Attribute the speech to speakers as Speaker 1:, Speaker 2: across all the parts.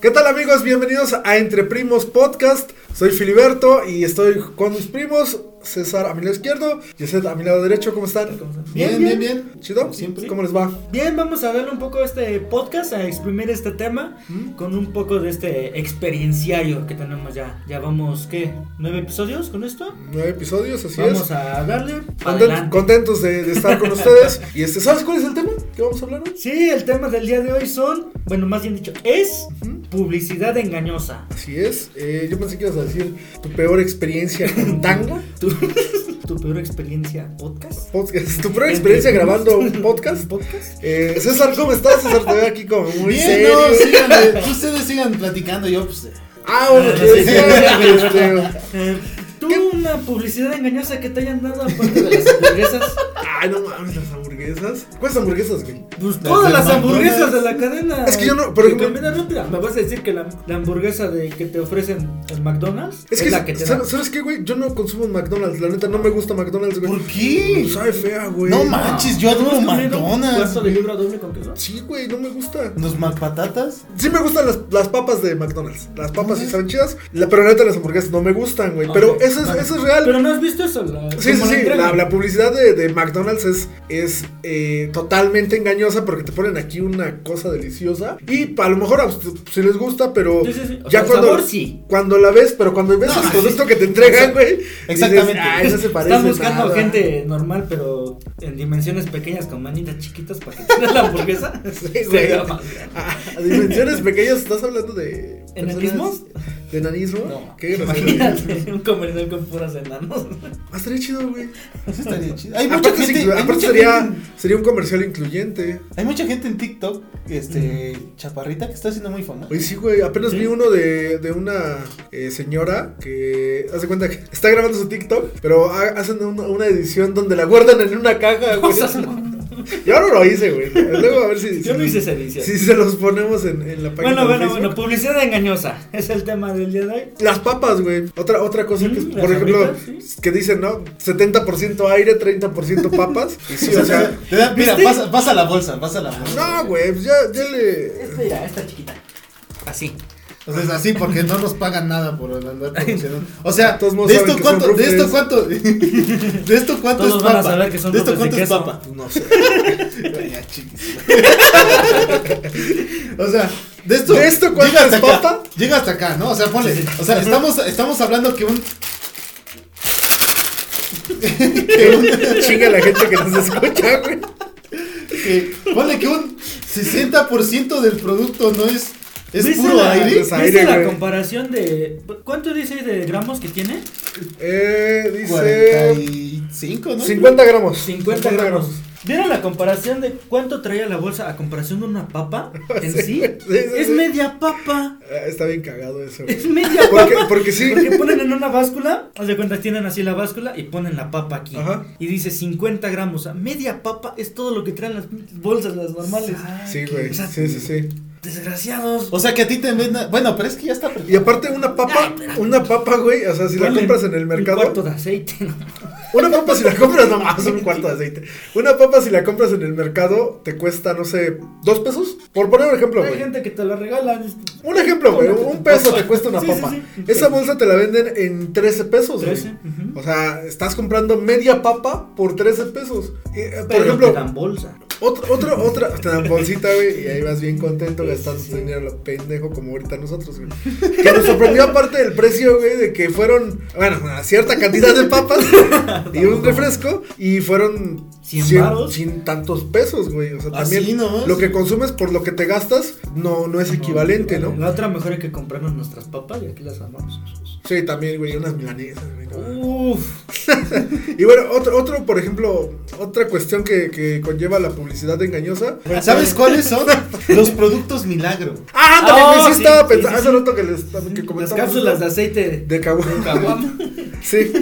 Speaker 1: ¿Qué tal amigos? Bienvenidos a Entre Primos Podcast. Soy Filiberto y estoy con mis primos, César a mi lado izquierdo, Yeset a mi lado derecho. ¿Cómo están?
Speaker 2: ¿Cómo están?
Speaker 1: Bien, bien, bien. ¿Chido?
Speaker 2: Como siempre.
Speaker 1: ¿Cómo les va?
Speaker 2: Bien, vamos a darle un poco a este podcast, a exprimir este tema con un poco de este experienciario que tenemos ya. Ya vamos, ¿qué? ¿Nueve episodios con esto?
Speaker 1: Nueve episodios, así
Speaker 2: vamos
Speaker 1: es.
Speaker 2: a darle. pa'
Speaker 1: Content-
Speaker 2: adelante.
Speaker 1: contentos de, de estar con ustedes. Y este, ¿sabes cuál es el tema que vamos a hablar hoy?
Speaker 2: Sí, el tema del día de hoy son, bueno, más bien dicho, es
Speaker 1: Ujú.
Speaker 2: publicidad engañosa.
Speaker 1: Así es. Eh, yo pensé que ibas a decir tu peor experiencia con tanga.
Speaker 2: ¿Tu, tu peor experiencia podcast?
Speaker 1: Podcast. Tu peor experiencia
Speaker 2: Entre-
Speaker 1: grabando un podcast.
Speaker 2: ¿Podcast?
Speaker 1: Eh, César, ¿cómo estás? César, te veo aquí como muy
Speaker 3: Bien,
Speaker 1: serio.
Speaker 3: no, síganle, ustedes sigan platicando, yo pues. eh,
Speaker 1: Ah, bueno,
Speaker 2: Sí, sí,
Speaker 1: sí,
Speaker 2: sí.
Speaker 1: este,
Speaker 2: Eh, ¿Tú una publicidad engañosa que te hayan dado aparte de las hamburguesas?
Speaker 1: Ay, no mames, las hamburguesas. ¿Cuáles hamburguesas, güey?
Speaker 2: Pues todas
Speaker 3: Las de
Speaker 2: las
Speaker 3: McDonald's.
Speaker 2: hamburguesas de la cadena.
Speaker 1: Es que yo no- por ejemplo-
Speaker 2: De comida rápida. ¿Me vas a decir que la, la hamburguesa de que te ofrecen en McDonald's
Speaker 1: Es que,
Speaker 2: la que te dan?
Speaker 1: ¿sabes, ¿sabes qué, güey? Yo no consumo en McDonald's, la neta, no me gusta McDonald's, güey. Pues,
Speaker 3: ¿Por qué?
Speaker 1: Sabe fea, güey.
Speaker 3: No manches, yo
Speaker 2: ¿No
Speaker 3: adoro
Speaker 2: has comido un
Speaker 3: McDonald's.
Speaker 2: plato de libra doble con queso?
Speaker 1: Sí, güey, no me gusta.
Speaker 3: ¿Los McPatatas?
Speaker 1: Sí me gustan las, las papas de McDonald's. Las papas sí
Speaker 3: Ujú.
Speaker 1: saben chidas. La, pero la neta, las hamburguesas no me gustan, güey. Pero
Speaker 2: Ok,
Speaker 1: eso es,
Speaker 2: vale.
Speaker 1: eso es real.
Speaker 2: Pero no has visto eso. La,
Speaker 1: Sí, sí,
Speaker 2: como
Speaker 1: sí. La,
Speaker 2: entregan.
Speaker 1: la publicidad de, de McDonald's es, es eh, totalmente engañosa porque te ponen aquí una cosa deliciosa. Y pa- a lo mejor a- si les gusta, pero
Speaker 2: Sí, sí, sí. O
Speaker 1: ya
Speaker 2: sea, el
Speaker 1: cuando,
Speaker 2: sabor, sí.
Speaker 1: cuando la ves, pero cuando ves
Speaker 3: No,
Speaker 1: el
Speaker 3: sí.
Speaker 1: producto que te entregan, güey.
Speaker 3: Exactamente.
Speaker 1: dices, "Ay, no se parece.
Speaker 2: Están buscando
Speaker 1: nada".
Speaker 2: gente normal, pero en dimensiones pequeñas, con manitas chiquitas para que tenga la hamburguesa.
Speaker 1: Sí,
Speaker 2: Se
Speaker 1: güey.
Speaker 2: vea más grande.
Speaker 1: A, a dimensiones pequeñas, ¿estás hablando de.
Speaker 2: ¿Enanismos?
Speaker 1: personas- ¿De enanismo?
Speaker 3: No.
Speaker 1: Qué grosero.
Speaker 2: Imagínate un comercial con puras enanos.
Speaker 1: Ah, estaría chido, güey.
Speaker 3: Eso estaría chido. Hay mucha
Speaker 1: Aparte, es
Speaker 3: gente.
Speaker 1: inclu-
Speaker 3: Hay
Speaker 1: aparte
Speaker 3: mucha
Speaker 1: sería,
Speaker 3: gente-
Speaker 1: sería un comercial incluyente.
Speaker 3: hay mucha gente en TikTok, este, chaparrita, que está siendo muy famosa.
Speaker 1: Oye, sí, güey, apenas
Speaker 2: Sí.
Speaker 1: vi uno de, de una eh, señora que hace cuenta que está grabando su TikTok, pero ha- hacen una, una edición donde la guardan en una caja, güey.
Speaker 2: Cosas, ¿no?
Speaker 1: Yo no lo hice, güey. Luego a ver si,
Speaker 2: Yo no
Speaker 1: si-
Speaker 2: hice esa edición.
Speaker 1: si se los ponemos en, en la página
Speaker 2: Bueno,
Speaker 1: de
Speaker 2: bueno,
Speaker 1: Facebook.
Speaker 2: bueno, publicidad engañosa es el tema del día de hoy.
Speaker 1: Las papas, güey. Otra, otra cosa
Speaker 2: Mm,
Speaker 1: que,
Speaker 2: las
Speaker 1: por ejemplo,
Speaker 2: sabritas,
Speaker 1: que dicen, ¿no? 70% aire, 30% papas. Y sí, o sea,
Speaker 3: te da- mira,
Speaker 2: ¿viste?
Speaker 3: pasa, pasa la bolsa, pasa la bolsa.
Speaker 1: no, güey, pues ya, ya le...
Speaker 2: Esta era, Este esta chiquita. Así.
Speaker 3: O sea, es así porque no nos pagan nada por andar promocionando. O sea,
Speaker 1: De todos modos
Speaker 3: de
Speaker 1: saben
Speaker 3: esto
Speaker 1: que son
Speaker 3: cuánto, de
Speaker 1: rufles.
Speaker 3: esto cuánto, de esto cuánto
Speaker 2: Todos
Speaker 3: es
Speaker 2: van a
Speaker 3: papa.
Speaker 2: saber que son
Speaker 3: de
Speaker 2: rufles
Speaker 3: esto cuánto
Speaker 2: de
Speaker 3: es
Speaker 2: queso.
Speaker 3: papa.
Speaker 1: No sé.
Speaker 3: Ya, chiquis. o sea, de esto.
Speaker 1: ¿De esto cuánto
Speaker 3: llega
Speaker 1: es
Speaker 3: hasta acá,
Speaker 1: papa?
Speaker 3: Llega hasta acá, ¿no? O sea, ponle. O sea, estamos, estamos hablando que un. que un-
Speaker 1: Chinga la gente que nos escucha, güey.
Speaker 3: que- ponle que un 60% del producto no es. Es
Speaker 2: ¿Viste
Speaker 3: puro
Speaker 2: la,
Speaker 3: aire.
Speaker 1: Es
Speaker 2: viste
Speaker 1: aire,
Speaker 2: la
Speaker 1: güey.
Speaker 2: comparación de. ¿Cuánto dice de gramos que tiene?
Speaker 1: Eh, dice...
Speaker 3: 45, ¿no?
Speaker 1: 50 gramos.
Speaker 2: 50 gramos. ¿Vieron la comparación de cuánto traía la bolsa a comparación de una papa en sí?
Speaker 1: sí, sí,
Speaker 2: es
Speaker 1: sí.
Speaker 2: media papa.
Speaker 1: Ah, está bien cagado eso. güey.
Speaker 2: Es media papa.
Speaker 1: Porque, porque sí.
Speaker 2: Porque ponen en una báscula, haz de cuenta, tienen así la báscula y ponen la papa aquí.
Speaker 1: Ajá.
Speaker 2: Y dice 50 gramos. O sea, media papa es todo lo que traen las bolsas, las normales.
Speaker 1: Sí, güey.
Speaker 2: O sea,
Speaker 1: Sí, sí, sí.
Speaker 2: Desgraciados.
Speaker 3: O sea que a ti te venden. Bueno, pero es que ya está.
Speaker 1: Y aparte una papa, una papa, güey, o sea, si la
Speaker 2: Ponle
Speaker 1: compras en el
Speaker 2: Un cuarto
Speaker 1: mercado,
Speaker 2: de aceite. ¿no?
Speaker 1: una papa si la compras nomás un cuarto de aceite. Una papa si la compras en el mercado te cuesta, no sé, dos pesos, por poner un ejemplo,
Speaker 2: Hay
Speaker 1: güey.
Speaker 2: gente que te la regala. es-
Speaker 1: Un ejemplo, güey, un peso te cuesta una
Speaker 2: Sí, sí,
Speaker 1: papa.
Speaker 2: sí.
Speaker 1: Esa bolsa te la venden en 13 pesos, güey.
Speaker 2: 13, ujú.
Speaker 1: O sea, estás comprando media papa por 13 pesos. Eh, eh, por
Speaker 2: Pero
Speaker 1: ejemplo,
Speaker 2: te dan bolsa.
Speaker 1: Otra, otra, otra, te dan bolsita, güey, y ahí vas bien contento gastando
Speaker 2: Sí.
Speaker 1: tu dinero a lo pendejo como ahorita nosotros, güey. Que nos sorprendió aparte del precio, güey, de que fueron, bueno, una cierta cantidad de papas y un refresco, y fueron
Speaker 2: Cien
Speaker 1: cien-
Speaker 2: varos. Ah,
Speaker 1: cien tantos pesos, güey. O sea,
Speaker 3: Así
Speaker 1: también
Speaker 3: nomás.
Speaker 1: lo que consumes por lo que te gastas no, no es equivalente, ¿no?
Speaker 2: La otra mejor hay que comprarnos nuestras papas y aquí las amamos.
Speaker 1: Sí, también, güey, unas milanesas, güey. no mames.
Speaker 2: Uf.
Speaker 1: Y bueno, otro, otro, por ejemplo, otra cuestión que, que conlleva la publicidad engañosa.
Speaker 3: ¿Sabes cuáles son? Los productos milagro.
Speaker 1: Ah, ándale,
Speaker 2: Ah,
Speaker 1: güey, sí
Speaker 2: sí,
Speaker 1: estaba
Speaker 2: sí,
Speaker 1: pensando.
Speaker 2: sí,
Speaker 1: Hace
Speaker 2: sí.
Speaker 1: rato que les que
Speaker 2: Las
Speaker 1: comentamos.
Speaker 2: cápsulas de aceite
Speaker 1: de caguama.
Speaker 2: de caguama.
Speaker 1: Sí.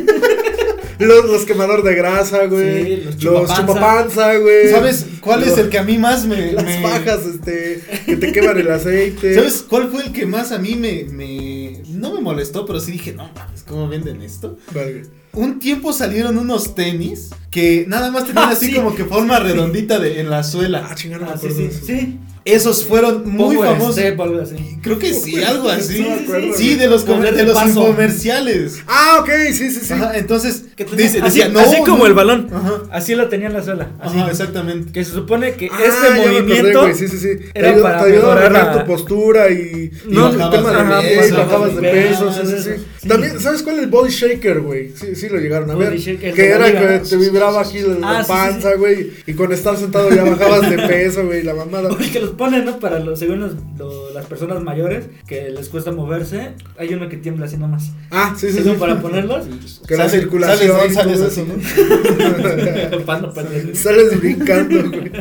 Speaker 1: Los, los quemador de grasa, güey.
Speaker 2: Sí, los
Speaker 1: los,
Speaker 2: chupapanza.
Speaker 1: chupapanza, güey.
Speaker 3: ¿Sabes cuál es
Speaker 1: Eh, Los-
Speaker 3: el que a mí más me.
Speaker 1: Las
Speaker 3: me-
Speaker 1: fajas, este, que te queman el aceite.
Speaker 3: ¿Sabes cuál fue el que más a mí me. me- no me molestó, pero sí dije, no mames, ¿cómo venden esto?
Speaker 1: Vale.
Speaker 3: Un tiempo salieron unos tenis que nada más tenían
Speaker 2: Ah,
Speaker 3: así
Speaker 2: sí.
Speaker 3: como que forma redondita de, en la suela.
Speaker 1: Ah, chingada, no me
Speaker 2: Ah, sí,
Speaker 1: acuerdo
Speaker 2: sí,
Speaker 1: de eso.
Speaker 2: sí.
Speaker 3: Esos fueron muy
Speaker 2: Power
Speaker 3: famosos.
Speaker 2: Step o algo así.
Speaker 3: Creo que sí, algo así.
Speaker 1: No me acuerdo,
Speaker 3: Sí,
Speaker 1: güey.
Speaker 3: de los, com-
Speaker 2: Poder
Speaker 3: de
Speaker 2: de
Speaker 3: los
Speaker 2: paso.
Speaker 3: comerciales.
Speaker 1: Ah, ok, sí, sí, sí.
Speaker 3: Ajá, entonces,
Speaker 2: Que tenía-
Speaker 3: dice-
Speaker 2: así,
Speaker 3: decía, no,
Speaker 2: así como
Speaker 3: no.
Speaker 2: el balón.
Speaker 3: Ajá,
Speaker 2: Así lo tenía en la suela. Así.
Speaker 3: ajá, exactamente.
Speaker 2: que se supone que
Speaker 1: Ah,
Speaker 2: este
Speaker 1: ya me acordé,
Speaker 2: movimiento.
Speaker 1: güey, sí, sí, sí. Te
Speaker 2: era
Speaker 1: ayuda-
Speaker 2: para
Speaker 1: te ayuda a
Speaker 2: mejorar
Speaker 1: mejorar
Speaker 2: la-
Speaker 1: tu postura y, y
Speaker 2: No, pues,
Speaker 1: el
Speaker 3: bajabas
Speaker 1: tema
Speaker 3: de
Speaker 1: de
Speaker 3: peso,
Speaker 1: peso, bajabas de peso, sí, sí, sí.
Speaker 2: sí.
Speaker 1: También, ¿sabes cuál es el body shaker, güey? Sí, sí lo llegaron a
Speaker 2: Body
Speaker 1: ver.
Speaker 2: shaker, el
Speaker 1: que
Speaker 2: de
Speaker 1: era
Speaker 2: arriba,
Speaker 1: que
Speaker 2: ¿no?
Speaker 1: te vibraba aquí la, la
Speaker 2: Ah, sí, sí,
Speaker 1: panza, güey, y con estar sentado ya bajabas de peso, güey, la mamada.
Speaker 2: Uy, que los ponen, ¿no? Para los, según los- lo- las personas mayores que les cuesta moverse, hay uno que tiembla así nomás.
Speaker 1: Ah, sí, sí,
Speaker 2: Eso
Speaker 1: sí.
Speaker 2: para ponerlos.
Speaker 1: Que la
Speaker 3: Sales-
Speaker 1: circulación
Speaker 3: sales ahí,
Speaker 1: y
Speaker 3: sales
Speaker 1: todo
Speaker 3: así,
Speaker 1: eso,
Speaker 2: Para no perder.
Speaker 1: Sales brincando, güey.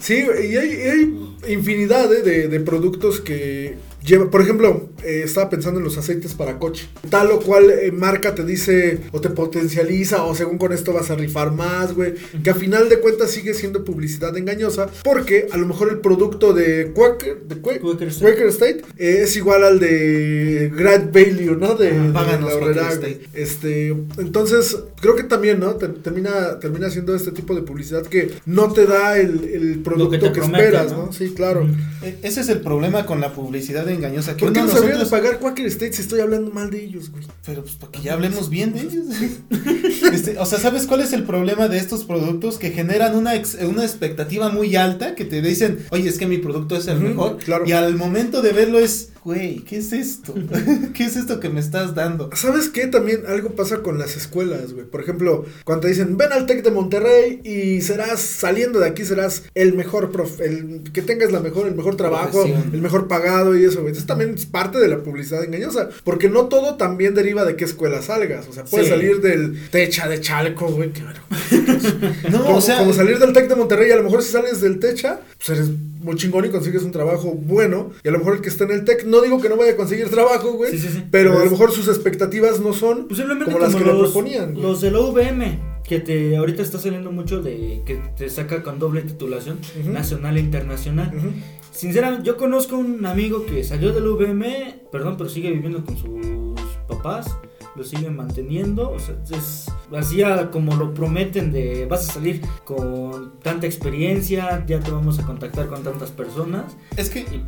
Speaker 1: Sí, güey, y hay, y hay infinidad eh, de, de productos que lleva. Por ejemplo, eh, estaba pensando en los aceites para coche. Tal o cual eh, marca te dice o te potencializa o según con esto vas a rifar más, güey. Que a final de cuentas sigue siendo publicidad engañosa porque a lo mejor el producto de Quaker, de Quaker,
Speaker 2: Quaker State.
Speaker 1: Quaker State, eh, es igual al de Grand Value, ¿no? De,
Speaker 3: Ah,
Speaker 1: de
Speaker 3: páganos,
Speaker 1: la
Speaker 3: Quaker
Speaker 1: horrera,
Speaker 3: State.
Speaker 1: güey. Este, entonces, creo que también, ¿no? Te- termina, termina siendo este tipo de publicidad que no te da el, el producto
Speaker 2: que
Speaker 1: que,
Speaker 2: te prometen,
Speaker 1: esperas,
Speaker 2: ¿no?
Speaker 1: ¿no? Sí, claro.
Speaker 3: E- Ese es el problema con la publicidad engañosa. Que
Speaker 1: ¿Por qué
Speaker 3: uno
Speaker 1: no
Speaker 3: de
Speaker 1: sabría de
Speaker 3: nosotros-
Speaker 1: pagar Quaker State si estoy hablando mal de ellos, güey?
Speaker 3: Pero pues
Speaker 1: Ah,
Speaker 3: para que ya hablemos bien de
Speaker 1: pues,
Speaker 3: ellos. Este, o sea, ¿sabes cuál es el problema de estos productos? Que generan una, ex- una expectativa muy alta, que te dicen, oye, es que mi producto es el
Speaker 1: Ujú,
Speaker 3: mejor.
Speaker 1: claro.
Speaker 3: Y al momento de verlo es, güey, ¿qué es esto? ¿Qué es esto que me estás dando?
Speaker 1: ¿Sabes qué? También algo pasa con las escuelas, güey. Por ejemplo, cuando te dicen, ven al Tec de Monterrey y serás, saliendo de aquí, serás el mejor prof, el que tengas la mejor, el mejor trabajo,
Speaker 3: Profesión.
Speaker 1: el mejor pagado y eso, güey. Entonces también es parte de la publicidad engañosa. Porque no todo también deriva de qué escuela salgas. O sea, puedes
Speaker 2: Sí.
Speaker 1: salir del Techa de Chalco, güey. Qué vergüenza.
Speaker 3: No,
Speaker 1: como,
Speaker 3: o sea,
Speaker 1: como salir del Tec de Monterrey, a lo mejor si sales del Techa, pues eres muy chingón y consigues un trabajo bueno. Y a lo mejor el que está en el Tec, no digo que no vaya a conseguir trabajo, güey.
Speaker 2: Sí, sí, sí.
Speaker 1: Pero a
Speaker 3: Es-
Speaker 1: lo mejor sus expectativas no son
Speaker 2: Pues simplemente
Speaker 1: como las que le
Speaker 2: los,
Speaker 1: proponían. güey.
Speaker 2: los de la UVM, que te ahorita está saliendo mucho de que te saca con doble titulación,
Speaker 1: Ujú.
Speaker 2: nacional e internacional.
Speaker 1: Ujú.
Speaker 2: Sinceramente, yo conozco un amigo que salió del UVM, perdón, pero sigue viviendo con sus papás, lo siguen manteniendo, o sea, es, hacía como lo prometen de vas a salir con tanta experiencia, ya te vamos a contactar con tantas personas.
Speaker 3: es que
Speaker 2: y,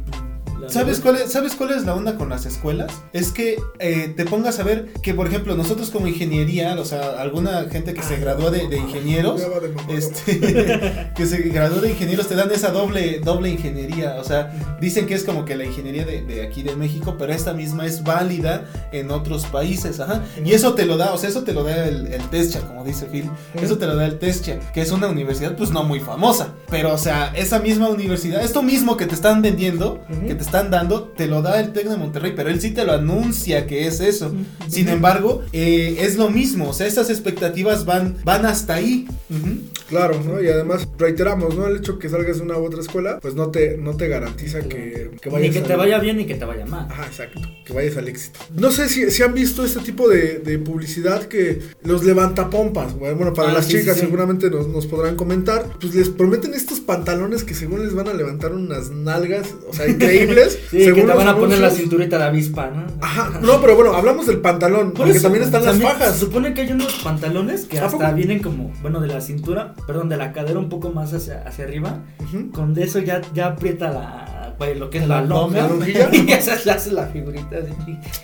Speaker 2: la
Speaker 3: ¿Sabes
Speaker 2: verdad-
Speaker 3: cuál, es, ¿Sabes cuál es la onda con las escuelas? Es que eh, te pongas a ver que, por ejemplo, nosotros como ingeniería, o sea, alguna gente que se graduó de, de ingenieros,
Speaker 1: Ya va de mamado.
Speaker 3: este, que se graduó de ingenieros, te dan esa doble, doble ingeniería. O sea, dicen que es como que la ingeniería de, de aquí de México, pero esta misma es válida en otros países. Ajá. Y eso te lo da, o sea, eso te lo da el, el TESCHA, como dice Phil. Eso te lo da el TESCHA, que es una universidad, pues no muy famosa. Pero, o sea, esa misma universidad, esto mismo que te están vendiendo,
Speaker 1: Ujú.
Speaker 3: que te están dando, te lo da el TEC de Monterrey, pero él sí te lo anuncia que es eso.
Speaker 2: Ujú.
Speaker 3: Sin embargo, eh, es lo mismo, o sea, esas expectativas van, van hasta ahí. Ujú.
Speaker 1: Claro, ¿no? Y además, reiteramos, ¿no? El hecho que salgas de una u otra escuela, pues no te, no te garantiza que, que
Speaker 2: ni
Speaker 1: vayas
Speaker 2: que
Speaker 1: a-
Speaker 2: te vaya bien ni que te vaya mal.
Speaker 1: Ajá, exacto. Que vayas al éxito. No sé si, si han visto este tipo de, de publicidad que los levantapompas, güey. Bueno, para
Speaker 2: Ah,
Speaker 1: las
Speaker 2: sí, sí,
Speaker 1: chicas
Speaker 2: sí.
Speaker 1: seguramente nos, nos podrán comentar. Pues les prometen estos pantalones que según les van a levantar unas nalgas, o sea, increíbles.
Speaker 2: Sí, que
Speaker 1: según
Speaker 2: te
Speaker 1: los
Speaker 2: van a poner la
Speaker 1: anuncios.
Speaker 2: cinturita de avispa, ¿no?
Speaker 1: Ajá, no, pero bueno, hablamos del pantalón,
Speaker 2: Por
Speaker 1: porque
Speaker 2: eso, pues,
Speaker 1: también están las
Speaker 2: también
Speaker 1: fajas.
Speaker 2: Se supone que hay unos pantalones que
Speaker 1: ¿A
Speaker 2: hasta
Speaker 1: poco?
Speaker 2: vienen como, bueno, de la cintura, perdón, de la cadera un poco más hacia, hacia arriba.
Speaker 1: Ujú.
Speaker 2: Con eso ya, ya aprieta la, güey, lo que es
Speaker 3: El
Speaker 2: la
Speaker 3: abdomen.
Speaker 1: La
Speaker 2: lonja.
Speaker 1: lonjilla.
Speaker 2: Y esa le hace la figurita de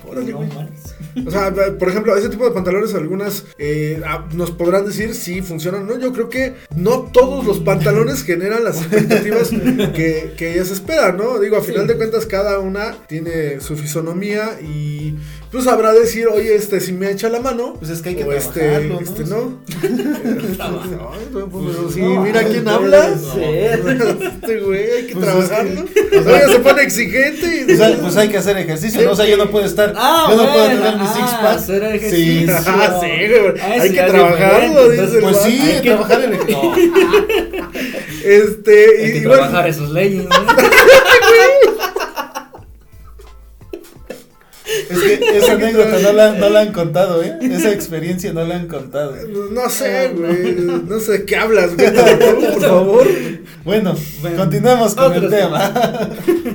Speaker 1: Órale,
Speaker 2: No
Speaker 1: güey.
Speaker 2: mames.
Speaker 1: O sea, eh, por ejemplo, ese tipo de pantalones, algunas eh, ah, nos podrán decir si funcionan o no. Yo creo que no todos los pantalones generan las expectativas que, que ellas esperan, ¿no? Digo, a final de cuentas, cada una tiene su fisonomía y pues habrá decir, oye, este, si me echa la mano.
Speaker 3: Pues es que hay que
Speaker 1: o este,
Speaker 3: trabajarlo, ¿no?
Speaker 1: este no.
Speaker 2: Trabajo.
Speaker 1: Ay, no, pues,
Speaker 3: Pues,
Speaker 1: sí,
Speaker 2: no,
Speaker 1: mira
Speaker 2: no
Speaker 1: quién
Speaker 2: puede
Speaker 1: habla.
Speaker 2: ser.
Speaker 1: Este güey, hay que
Speaker 3: Pues,
Speaker 1: trabajarlo.
Speaker 3: es que- o sea-
Speaker 1: Oye, se pone exigente. y-
Speaker 3: O sea, pues hay que hacer ejercicio, ¿no? O sea, yo no puedo estar,
Speaker 2: Ah,
Speaker 3: yo no
Speaker 2: bueno,
Speaker 3: puedo tener mi
Speaker 2: ah,
Speaker 3: six pack.
Speaker 2: hacer
Speaker 3: Sí,
Speaker 2: ejercicio.
Speaker 1: Ah, sí, güey.
Speaker 2: Ah,
Speaker 1: Hay
Speaker 2: sí,
Speaker 1: que
Speaker 2: ya es
Speaker 1: trabajarlo,
Speaker 2: diferente,
Speaker 1: dice el
Speaker 3: pues sí,
Speaker 1: Hay
Speaker 2: que-
Speaker 3: trabajar en el... No.
Speaker 1: Este,
Speaker 2: Hay
Speaker 1: y,
Speaker 2: que
Speaker 1: y bueno,
Speaker 2: trabajar esos leyes,
Speaker 3: Es que esa anécdota no la, no la han contado, ¿eh? Esa experiencia no la han contado.
Speaker 1: No sé, güey. No sé de qué hablas, güey. Por favor.
Speaker 3: Bueno,
Speaker 2: Bueno,
Speaker 3: continuamos con el
Speaker 2: otro
Speaker 3: tema.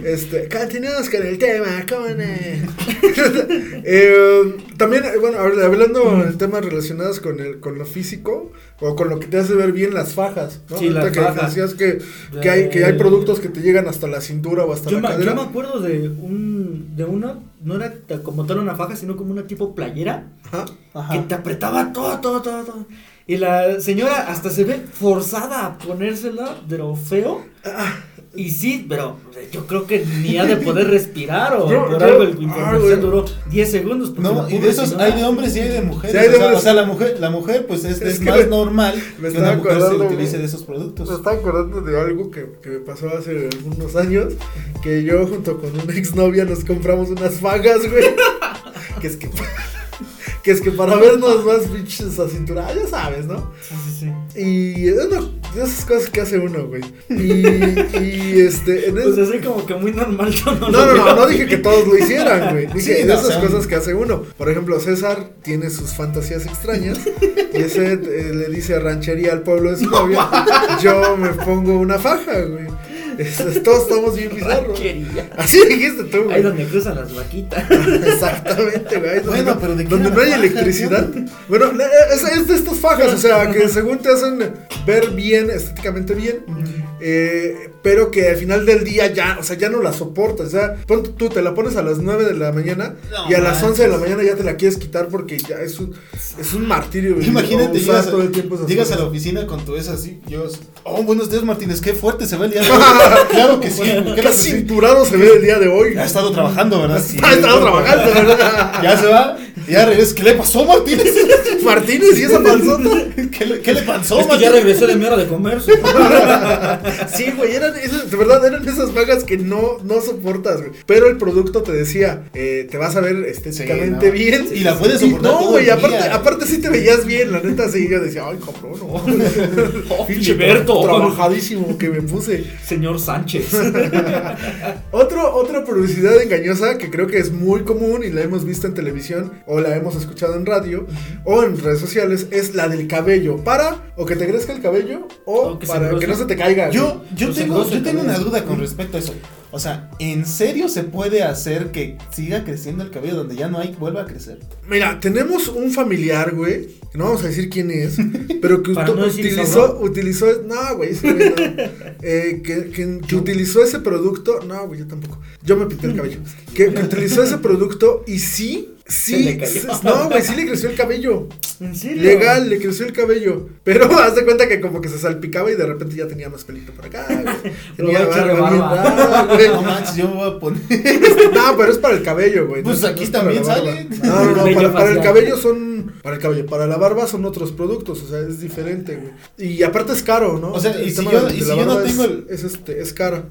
Speaker 1: Este, continuamos con el tema, ¿cómo no? Eh, También, eh, bueno, habl- hablando de temas relacionados con, el, con lo físico o con lo que te hace ver bien las fajas, ¿no?
Speaker 2: Sí, las
Speaker 1: Ahorita que
Speaker 2: fajas. Eh,
Speaker 1: decías que, que, hay, que hay productos que te llegan hasta la cintura o hasta
Speaker 2: Yo
Speaker 1: la
Speaker 2: me, yo
Speaker 1: cadera.
Speaker 2: me acuerdo de un de una, no era ta- como tal una faja, sino como una tipo playera
Speaker 1: Ajá.
Speaker 3: Ajá.
Speaker 2: que te apretaba todo, todo, todo, todo. Y la señora hasta se ve forzada a ponérsela, pero feo. Y sí, pero eh, yo creo que ni ha de poder respirar o
Speaker 1: Yo-
Speaker 2: por
Speaker 1: yo-
Speaker 2: algo el
Speaker 1: ay,
Speaker 2: información
Speaker 1: güey.
Speaker 2: duró 10 segundos. porque la
Speaker 3: No, y
Speaker 2: pobre
Speaker 3: de esos
Speaker 2: señora-
Speaker 3: hay de hombres y hay de mujeres.
Speaker 1: Sí, hay de
Speaker 3: o, sea,
Speaker 1: hombres.
Speaker 3: o sea, la mujer, la mujer pues es,
Speaker 1: Es
Speaker 3: es
Speaker 1: que
Speaker 3: más
Speaker 1: me-
Speaker 3: normal
Speaker 1: me
Speaker 3: que una
Speaker 1: estaba
Speaker 3: mujer se
Speaker 1: acordando,
Speaker 3: utilice
Speaker 1: güey.
Speaker 3: de esos
Speaker 1: Me
Speaker 3: productos.
Speaker 1: estaba acordando de algo que, que me pasó hace algunos años, que yo junto con una exnovia nos compramos unas fajas, güey. que es que... Que es que para vernos más bichos a cintura, ya sabes, ¿no?
Speaker 2: Sí, sí, sí.
Speaker 1: Y es una de esas cosas que hace uno, güey. Y, y este, en
Speaker 2: Pues
Speaker 1: ese-
Speaker 2: así como que muy normal. yo
Speaker 1: no,
Speaker 2: no, lo
Speaker 1: no, no,
Speaker 2: veo.
Speaker 1: no dije que todos lo hicieran, güey. Dije
Speaker 3: Sí,
Speaker 1: de
Speaker 3: no,
Speaker 1: esas
Speaker 3: o sea,
Speaker 1: cosas que hace uno. Por ejemplo, César tiene sus fantasías extrañas. Y ese eh, le dice ranchería al pueblo de su novia. Yo me pongo una faja, güey. Es- Todos estamos bien bizarros.
Speaker 2: Ranchería.
Speaker 1: Así dijiste tú,
Speaker 2: Ahí
Speaker 1: güey.
Speaker 2: donde cruzan las vaquitas.
Speaker 1: Exactamente, güey. ahí donde
Speaker 3: Bueno,
Speaker 1: no-
Speaker 3: pero ¿de qué
Speaker 1: Donde
Speaker 3: era
Speaker 1: no hay
Speaker 3: la faja,
Speaker 1: electricidad. Bueno, la- es, es de estas fajas, o sea, que según te hacen ver bien, estéticamente bien. eh, pero que al final del día ya, o sea, ya no la soportas. O sea, pon tú, tú te la pones a las 9 de la mañana
Speaker 3: No
Speaker 1: y a las
Speaker 3: manches.
Speaker 1: 11 de la mañana ya te la quieres quitar porque ya es un, es un martirio. güey, o
Speaker 3: Imagínate,
Speaker 1: usar
Speaker 3: llegas, a-
Speaker 1: todo el tiempo esas
Speaker 3: llegas a
Speaker 1: cosas.
Speaker 3: la oficina con tu esa así, yo, oh, buenos días Martínez, qué fuerte se ve el día de hoy. claro que sí, claro
Speaker 1: Qué
Speaker 3: que sí.
Speaker 1: cinturado se ve el día de hoy.
Speaker 3: Ha estado trabajando, ¿verdad? Sí,
Speaker 1: Ha estado trabajando, ¿verdad?
Speaker 3: Ya se va, ya regresa, ¿qué le pasó Martínez?
Speaker 1: Martínez y esa panzota.
Speaker 3: ¿Qué le, qué le pasó
Speaker 2: Es que ya
Speaker 3: Martínez?
Speaker 2: regresé de mi hora de comer. supongo.
Speaker 1: Sí, güey, eran esas, de verdad, eran esas vagas que no, no soportas, güey. Pero el producto te decía, eh, te vas a ver estéticamente
Speaker 3: Sí, no.
Speaker 1: bien.
Speaker 3: Y la puedes soportar
Speaker 1: No,
Speaker 3: todo
Speaker 1: güey,
Speaker 3: el
Speaker 1: aparte,
Speaker 3: día.
Speaker 1: aparte sí te veías bien, la neta sí. Yo decía, ay, cabrón, no. Pinche
Speaker 2: Filiberto.
Speaker 1: Trabajadísimo que me puse.
Speaker 2: Señor Sánchez.
Speaker 1: Otro, otra publicidad engañosa que creo que es muy común y la hemos visto en televisión o la hemos escuchado en radio o en redes sociales es la del cabello. Para o que te crezca el cabello o,
Speaker 2: O que se
Speaker 1: para
Speaker 2: engrose.
Speaker 1: que no se te caiga.
Speaker 3: Yo, yo
Speaker 2: Los
Speaker 3: tengo,
Speaker 2: engrose
Speaker 3: yo tengo
Speaker 2: también.
Speaker 3: una duda con respecto a eso. O sea, ¿en serio se puede hacer que siga creciendo el cabello donde ya no hay, vuelva a crecer?
Speaker 1: Mira, tenemos un familiar, güey. que No vamos a decir quién es, pero que
Speaker 2: Para no decir
Speaker 1: utilizó,
Speaker 2: sabrón.
Speaker 1: utilizó, no, güey, ese güey no. Eh, que, que- que utilizó ese producto, no, güey, yo tampoco. Yo me pinté el cabello. Que, que utilizó ese producto y sí,
Speaker 2: Se
Speaker 1: sí,
Speaker 2: le cayó.
Speaker 1: s- no, güey, sí le creció el cabello.
Speaker 2: ¿En serio?
Speaker 1: Legal, le creció el cabello. Pero haz de cuenta que como que se salpicaba y de repente ya tenía más pelito por acá. güey. Tenía
Speaker 2: Lo voy a echar de
Speaker 1: barba bien
Speaker 2: barba.
Speaker 1: rara, güey.
Speaker 3: No manches, yo me voy a poner.
Speaker 1: Este, No, pero es para el cabello, güey.
Speaker 3: Pues
Speaker 1: No es-
Speaker 3: aquí
Speaker 1: no es para
Speaker 3: también
Speaker 1: la barba.
Speaker 3: sale.
Speaker 1: No, no, no.
Speaker 2: Bello
Speaker 1: Para, para el
Speaker 2: facial.
Speaker 1: cabello son. Para el cabello. Para la barba son otros productos. O sea, es diferente, güey. Y aparte es caro, ¿no?
Speaker 3: O sea,
Speaker 1: El
Speaker 3: y si
Speaker 1: tema
Speaker 3: yo-
Speaker 1: de-
Speaker 3: y
Speaker 1: de
Speaker 3: si
Speaker 1: la
Speaker 3: yo no
Speaker 1: barba es-
Speaker 3: tengo el-
Speaker 1: Es este, es caro.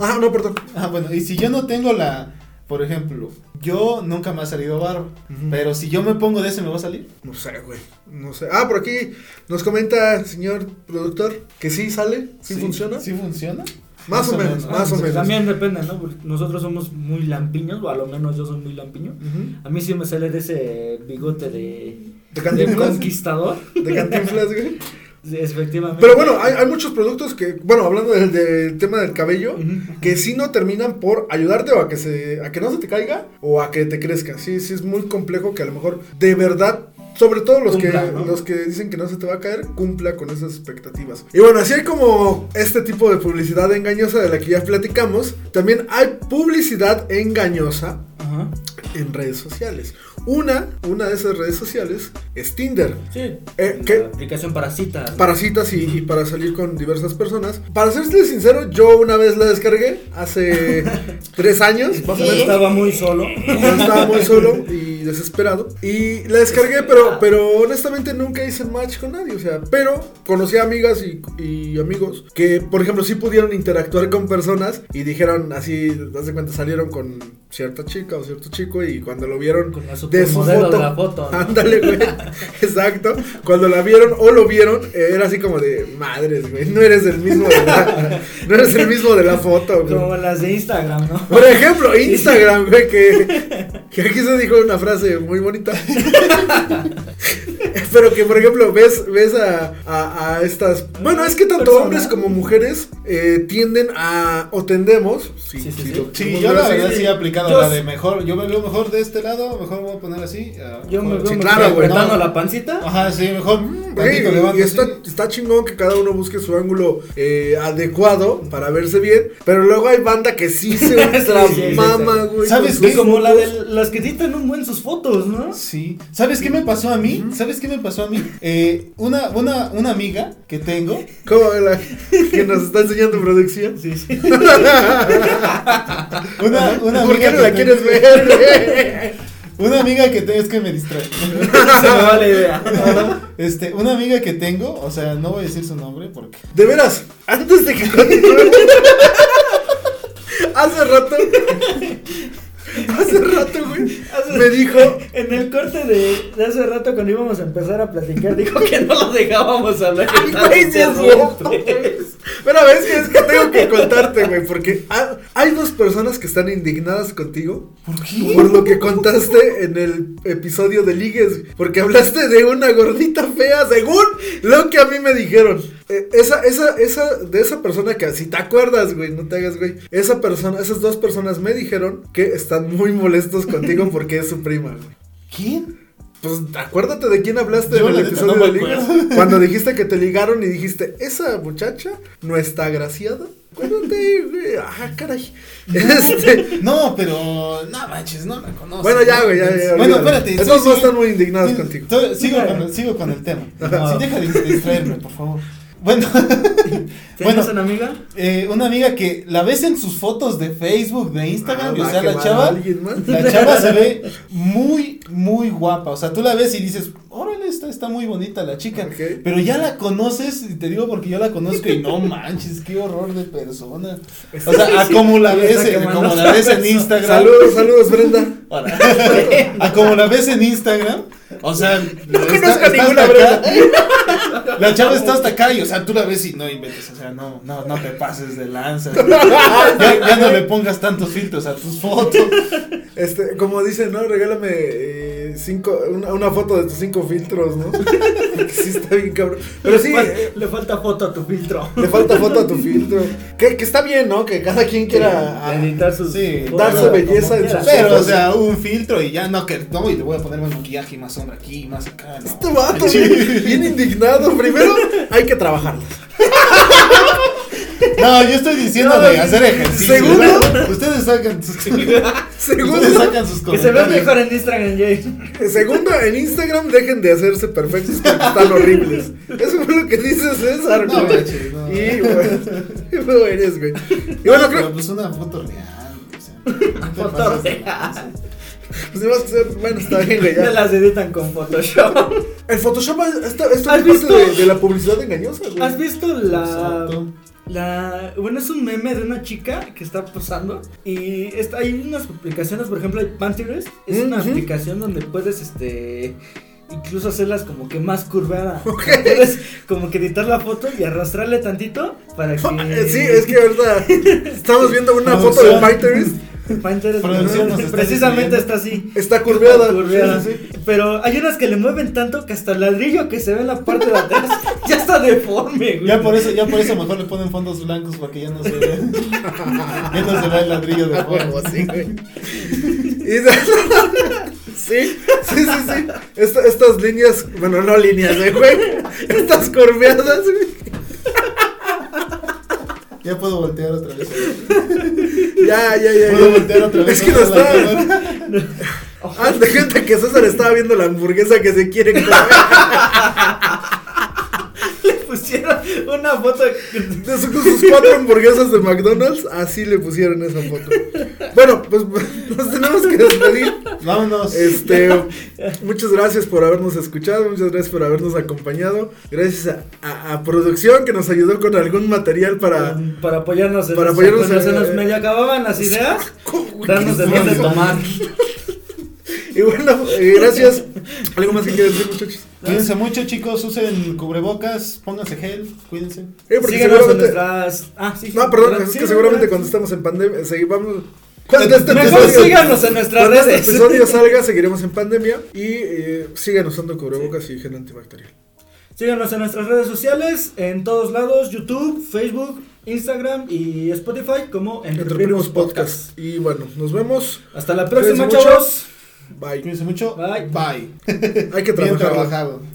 Speaker 1: Ah, no, perdón.
Speaker 3: Ah, bueno, y si yo no tengo la. Por ejemplo, yo nunca me ha salido barba.
Speaker 1: Ujú.
Speaker 3: Pero si yo me pongo de ese, ¿me va a salir?
Speaker 1: No sé, güey. No sé. Ah, por aquí nos comenta el señor productor que sí sale, sí, funciona.
Speaker 3: ¿Sí funciona?
Speaker 1: Más, o menos,
Speaker 2: Ah,
Speaker 1: más o
Speaker 2: pues
Speaker 1: menos.
Speaker 2: También depende, ¿no? Porque nosotros somos muy lampiños, o a lo menos yo soy muy lampiño.
Speaker 1: Ujú.
Speaker 2: A mí sí me sale de ese bigote de,
Speaker 1: De
Speaker 2: de
Speaker 1: cantinflas.
Speaker 2: conquistador.
Speaker 1: De cantinflas, güey.
Speaker 2: Sí, efectivamente.
Speaker 1: Pero bueno, hay, hay muchos productos que, bueno, hablando del, del tema del cabello,
Speaker 2: Ujú.
Speaker 1: que si no terminan por ayudarte o a que se a que no se te caiga o a que te crezca. Sí, sí es muy complejo que a lo mejor de verdad sobre todo los que
Speaker 2: Cumpla, ¿no?
Speaker 1: los que dicen que no se te va a caer, cumpla con esas expectativas. Y bueno, así hay como este tipo de publicidad engañosa de la que ya platicamos, también hay publicidad engañosa
Speaker 2: Ajá.
Speaker 1: en redes sociales. Una, una de esas redes sociales es Tinder.
Speaker 2: Sí.
Speaker 1: Eh,
Speaker 2: la
Speaker 1: ¿qué?
Speaker 2: aplicación para citas.
Speaker 1: para citas y, y para salir con diversas personas. Para serles sincero, yo una vez la descargué hace tres años, más o
Speaker 2: Yo
Speaker 1: menos.
Speaker 2: estaba muy solo.
Speaker 1: Yo estaba muy solo y desesperado. Y la descargué, pero, pero honestamente nunca hice match con nadie. O sea, pero conocí a amigas y, y amigos que, por ejemplo, sí pudieron interactuar con personas y dijeron así, das de cuenta, salieron con cierta chica o cierto chico y cuando lo vieron
Speaker 2: Con la
Speaker 1: de su
Speaker 2: supermodelo
Speaker 1: foto.
Speaker 2: de la foto. ¿no?
Speaker 1: Ándale, güey. Exacto. Cuando la vieron o lo vieron, eh, era así como de madres, güey. No eres el mismo de la, no eres el mismo de la foto, güey.
Speaker 2: Como las de Instagram, ¿no?
Speaker 1: Por ejemplo, Instagram, güey, que, que aquí se dijo una frase muy bonita. Pero que, por ejemplo, ves, ves a, a- a estas. Bueno, es que tanto
Speaker 2: Personas.
Speaker 1: hombres como mujeres eh, tienden a. o tendemos. Sí,
Speaker 2: Sí, sí,
Speaker 1: sí,
Speaker 2: sí.
Speaker 1: lo-
Speaker 3: Sí, yo la
Speaker 1: así,
Speaker 3: verdad sí he aplicado
Speaker 2: Yo
Speaker 3: la
Speaker 2: sí.
Speaker 3: de mejor. Yo me veo mejor de este lado, mejor me voy a poner así. ah,
Speaker 2: Yo me
Speaker 3: mejor-
Speaker 2: veo
Speaker 1: Sí,
Speaker 2: muy
Speaker 1: claro, güey,
Speaker 2: apretando
Speaker 3: no.
Speaker 2: la pancita.
Speaker 3: Ajá, sí, mejor. mm,
Speaker 1: Güey,
Speaker 3: tantito levanto
Speaker 1: y está,
Speaker 3: así.
Speaker 1: está chingón que cada uno busque su ángulo eh, adecuado para verse bien. Pero luego hay banda que sí se ultra
Speaker 2: Sí, sí, Pues sí.
Speaker 1: mama, güey.
Speaker 3: ¿Sabes
Speaker 1: con
Speaker 3: qué?
Speaker 1: sus
Speaker 2: Como la
Speaker 1: fotos.
Speaker 2: de las que editan un buen sus fotos, ¿no?
Speaker 3: Sí. ¿Sabes qué me pasó a mí? ¿Sabes qué me pasó a mí? Eh, una, una, una amiga que tengo.
Speaker 1: Como la que nos está enseñando producción.
Speaker 2: Sí, sí.
Speaker 3: Una, una
Speaker 1: ¿Por
Speaker 3: amiga
Speaker 1: qué no la
Speaker 3: que
Speaker 1: quieres
Speaker 3: tengo-
Speaker 1: ver?
Speaker 3: Una amiga que tengo. Es que me distrae.
Speaker 2: Se me va la idea.
Speaker 3: Este, una amiga que tengo, o sea, no voy a decir su nombre porque.
Speaker 1: de veras, antes de que continúe. Hace rato. Hace rato, güey.
Speaker 2: Hace-
Speaker 1: Me dijo.
Speaker 2: En el corte de, de hace rato cuando íbamos a empezar a platicar, dijo que no lo dejábamos hablar.
Speaker 1: Ay, güey, sí es cierto, güey. Pero a ver, es que- es que tengo que contarte, güey, porque ha- hay dos personas que están indignadas contigo
Speaker 3: ¿Por
Speaker 1: por lo que contaste en el episodio de Ligues, porque hablaste de una gordita fea, según lo que a mí me dijeron. Eh, esa, esa, esa, de esa persona que, si te acuerdas, güey, no te hagas, güey. Esa persona, esas dos personas me dijeron que están muy molestos contigo porque es su prima, güey.
Speaker 3: ¿Quién?
Speaker 1: Pues acuérdate de quién hablaste
Speaker 3: Yo,
Speaker 1: en
Speaker 3: la
Speaker 1: el
Speaker 3: neta,
Speaker 1: episodio
Speaker 3: no
Speaker 1: de
Speaker 3: me
Speaker 1: Ligas.
Speaker 3: acuerdo.
Speaker 1: Cuando dijiste que te ligaron y dijiste, esa muchacha no está agraciada. Acuérdate, güey. Ah, caray. Este,
Speaker 3: No, pero. No manches, no la conozco.
Speaker 1: bueno, ya, güey, ya, ya, olvídalo.
Speaker 3: Bueno, espérate.
Speaker 1: Estos dos
Speaker 3: sí, sí.
Speaker 1: están muy indignados
Speaker 3: Sí,
Speaker 1: contigo.
Speaker 3: to- Sigo con, el- sigo con el tema.
Speaker 2: Ajá.
Speaker 3: Sí, deja de distraerme, por favor. Bueno,
Speaker 2: ¿Tienes
Speaker 3: Bueno.
Speaker 2: una amiga?
Speaker 3: eh, una amiga que la ves en sus fotos de Facebook, de
Speaker 1: Ah,
Speaker 3: Instagram, y, o
Speaker 1: va,
Speaker 3: sea,
Speaker 1: que
Speaker 3: la
Speaker 1: va
Speaker 3: chava,
Speaker 1: alguien más.
Speaker 3: la chava se ve muy, muy guapa. O sea, tú la ves y dices, órale, está, está muy bonita la chica.
Speaker 1: Ok.
Speaker 3: Pero ya la conoces, y te digo porque yo la conozco y no manches, qué horror de persona. O sea, a como la
Speaker 2: Sí,
Speaker 3: ves,
Speaker 2: está
Speaker 3: en-
Speaker 2: quemando
Speaker 3: como
Speaker 2: a
Speaker 3: la
Speaker 2: esa
Speaker 3: ves en
Speaker 2: persona.
Speaker 3: Instagram.
Speaker 1: Saludos, saludos, Brenda.
Speaker 3: Ahora, a Ah, como la ves en Instagram, o sea,
Speaker 1: conozco ninguna
Speaker 3: hasta acá. La chava está hasta acá y, o sea, tú la ves y no inventes, o sea, no, no, no te pases de lanza. Ya, ya no le pongas tantos filtros a tus fotos.
Speaker 1: Este, como dicen, ¿no? Regálame eh, cinco, una, una foto de tus cinco filtros, ¿no? Porque sí está bien cabrón. Pero sí, eh,
Speaker 2: Le falta foto a tu filtro.
Speaker 1: le falta foto a tu filtro. Que, que está bien, ¿no? Que cada quien quiera... a-
Speaker 2: editar sus
Speaker 3: Sí,
Speaker 2: fotos
Speaker 1: dar su
Speaker 2: como
Speaker 1: belleza en
Speaker 2: quiera.
Speaker 1: sus
Speaker 3: Pero, o sea, un filtro y ya no que no, y le voy a poner más maquillaje y más sombra aquí y más acá. no.
Speaker 1: Este vato, güey, bien indignado. Primero hay que trabajarlo.
Speaker 3: No, yo estoy diciendo de hacer ejercicio.
Speaker 1: Segundo.
Speaker 3: ¿verdad? ustedes sacan sus ustedes
Speaker 1: Segundo,
Speaker 3: sacan sus
Speaker 2: Que se ve
Speaker 3: comentarios.
Speaker 2: mejor en Instagram, Jay.
Speaker 1: segundo, en Instagram dejen de hacerse perfectos porque están horribles. Eso fue lo que dice César,
Speaker 3: No,
Speaker 1: güey.
Speaker 3: manches, no.
Speaker 1: Y bueno, qué feo eres, güey. Y bueno,
Speaker 3: Pero,
Speaker 1: creo
Speaker 3: pues una foto real. o sea, no te
Speaker 2: Foto
Speaker 3: pases de
Speaker 2: real.
Speaker 3: lanza.
Speaker 1: pues, ni más que ser- bueno, está bien, güey.
Speaker 2: Ya
Speaker 1: ya.
Speaker 2: las editan con Photoshop.
Speaker 1: El Photoshop está, esto
Speaker 2: ¿Has
Speaker 1: es parte
Speaker 2: visto?
Speaker 1: de, de la publicidad engañosa, güey.
Speaker 2: ¿Has visto la,
Speaker 3: Exacto.
Speaker 2: la. Bueno, es un meme de una chica que está posando. Y está, hay unas aplicaciones, por ejemplo, hay Pinterest. Es una
Speaker 1: Ujú.
Speaker 2: aplicación donde puedes, este. Incluso hacerlas como que más curveadas. Puedes como que editar la foto y arrastrarle tantito para que.
Speaker 1: Eh, Sí, es que ahorita estamos viendo una foto de
Speaker 3: Producción.
Speaker 1: Pinterest.
Speaker 2: Pinterest.
Speaker 3: Producción nos
Speaker 2: ¿no?
Speaker 3: está
Speaker 2: precisamente está
Speaker 3: desviando.
Speaker 2: así.
Speaker 1: Está curveada.
Speaker 2: Curveada.
Speaker 1: Sí, sí, sí.
Speaker 2: Pero hay unas que le mueven tanto que hasta el ladrillo que se ve en la parte de atrás ya está deforme, güey.
Speaker 3: Ya por eso, ya por eso mejor le ponen fondos blancos para que ya no se vea. ya no se vea el ladrillo de
Speaker 1: Ah,
Speaker 3: fondo.
Speaker 1: huevo, sí, güey. Y de- Sí, sí, sí, sí. Esta- estas líneas, bueno, no líneas, eh, güey. Estas curveadas, güey.
Speaker 3: Ya puedo voltear otra vez.
Speaker 1: Ya, ya, ya.
Speaker 3: Puedo
Speaker 1: ya.
Speaker 3: voltear otra vez.
Speaker 1: Es que no
Speaker 3: no
Speaker 1: está. Ah, de gente que César estaba viendo la hamburguesa que se quiere comer.
Speaker 2: Le pusieron una foto.
Speaker 1: De sus, sus cuatro hamburguesas de McDonald's, así le pusieron esa foto. Bueno, pues nos tenemos que despedir.
Speaker 3: Vámonos.
Speaker 1: Este, muchas gracias por habernos escuchado, muchas gracias por habernos acompañado. Gracias a, a- a producción que nos ayudó con algún material para.
Speaker 2: Para apoyarnos en
Speaker 1: Para
Speaker 2: eso,
Speaker 1: apoyarnos
Speaker 2: cuando
Speaker 1: en- eh,
Speaker 2: se nos medio acababan las ideas, darnos de
Speaker 3: qué
Speaker 2: dónde
Speaker 3: suave.
Speaker 2: tomar.
Speaker 1: Y bueno, eh, gracias. ¿Algo más que quieran decir, muchachos?
Speaker 3: Cuídense mucho, chicos. Usen cubrebocas. Pónganse gel. Cuídense.
Speaker 1: Eh, porque
Speaker 2: Síganos en
Speaker 1: seguramente-
Speaker 2: nuestras. Ah, sí.
Speaker 1: No, perdón, es
Speaker 2: Sí,
Speaker 1: que seguramente
Speaker 2: ¿verdad?
Speaker 1: cuando estamos en pandemia, eh, sí, vamos- Cuando este
Speaker 2: Mejor
Speaker 1: episodio-
Speaker 2: síganos en nuestras
Speaker 1: Cuando este
Speaker 2: redes.
Speaker 1: episodio salga, seguiremos en pandemia y eh, sigan usando cubrebocas y gel antibacterial.
Speaker 2: Síganos en nuestras redes sociales, en todos lados, YouTube, Facebook, Instagram y Spotify como Entrepreneurs
Speaker 1: Entreprenemos
Speaker 2: Podcast.
Speaker 1: podcast. Y bueno, nos vemos.
Speaker 2: Hasta la próxima,
Speaker 1: Cuídense mucho.
Speaker 2: chavos.
Speaker 1: Bye.
Speaker 3: Cuídense mucho.
Speaker 2: Bye.
Speaker 3: Bye.
Speaker 1: Hay que
Speaker 3: Bien
Speaker 1: trabajar.
Speaker 3: trabajado.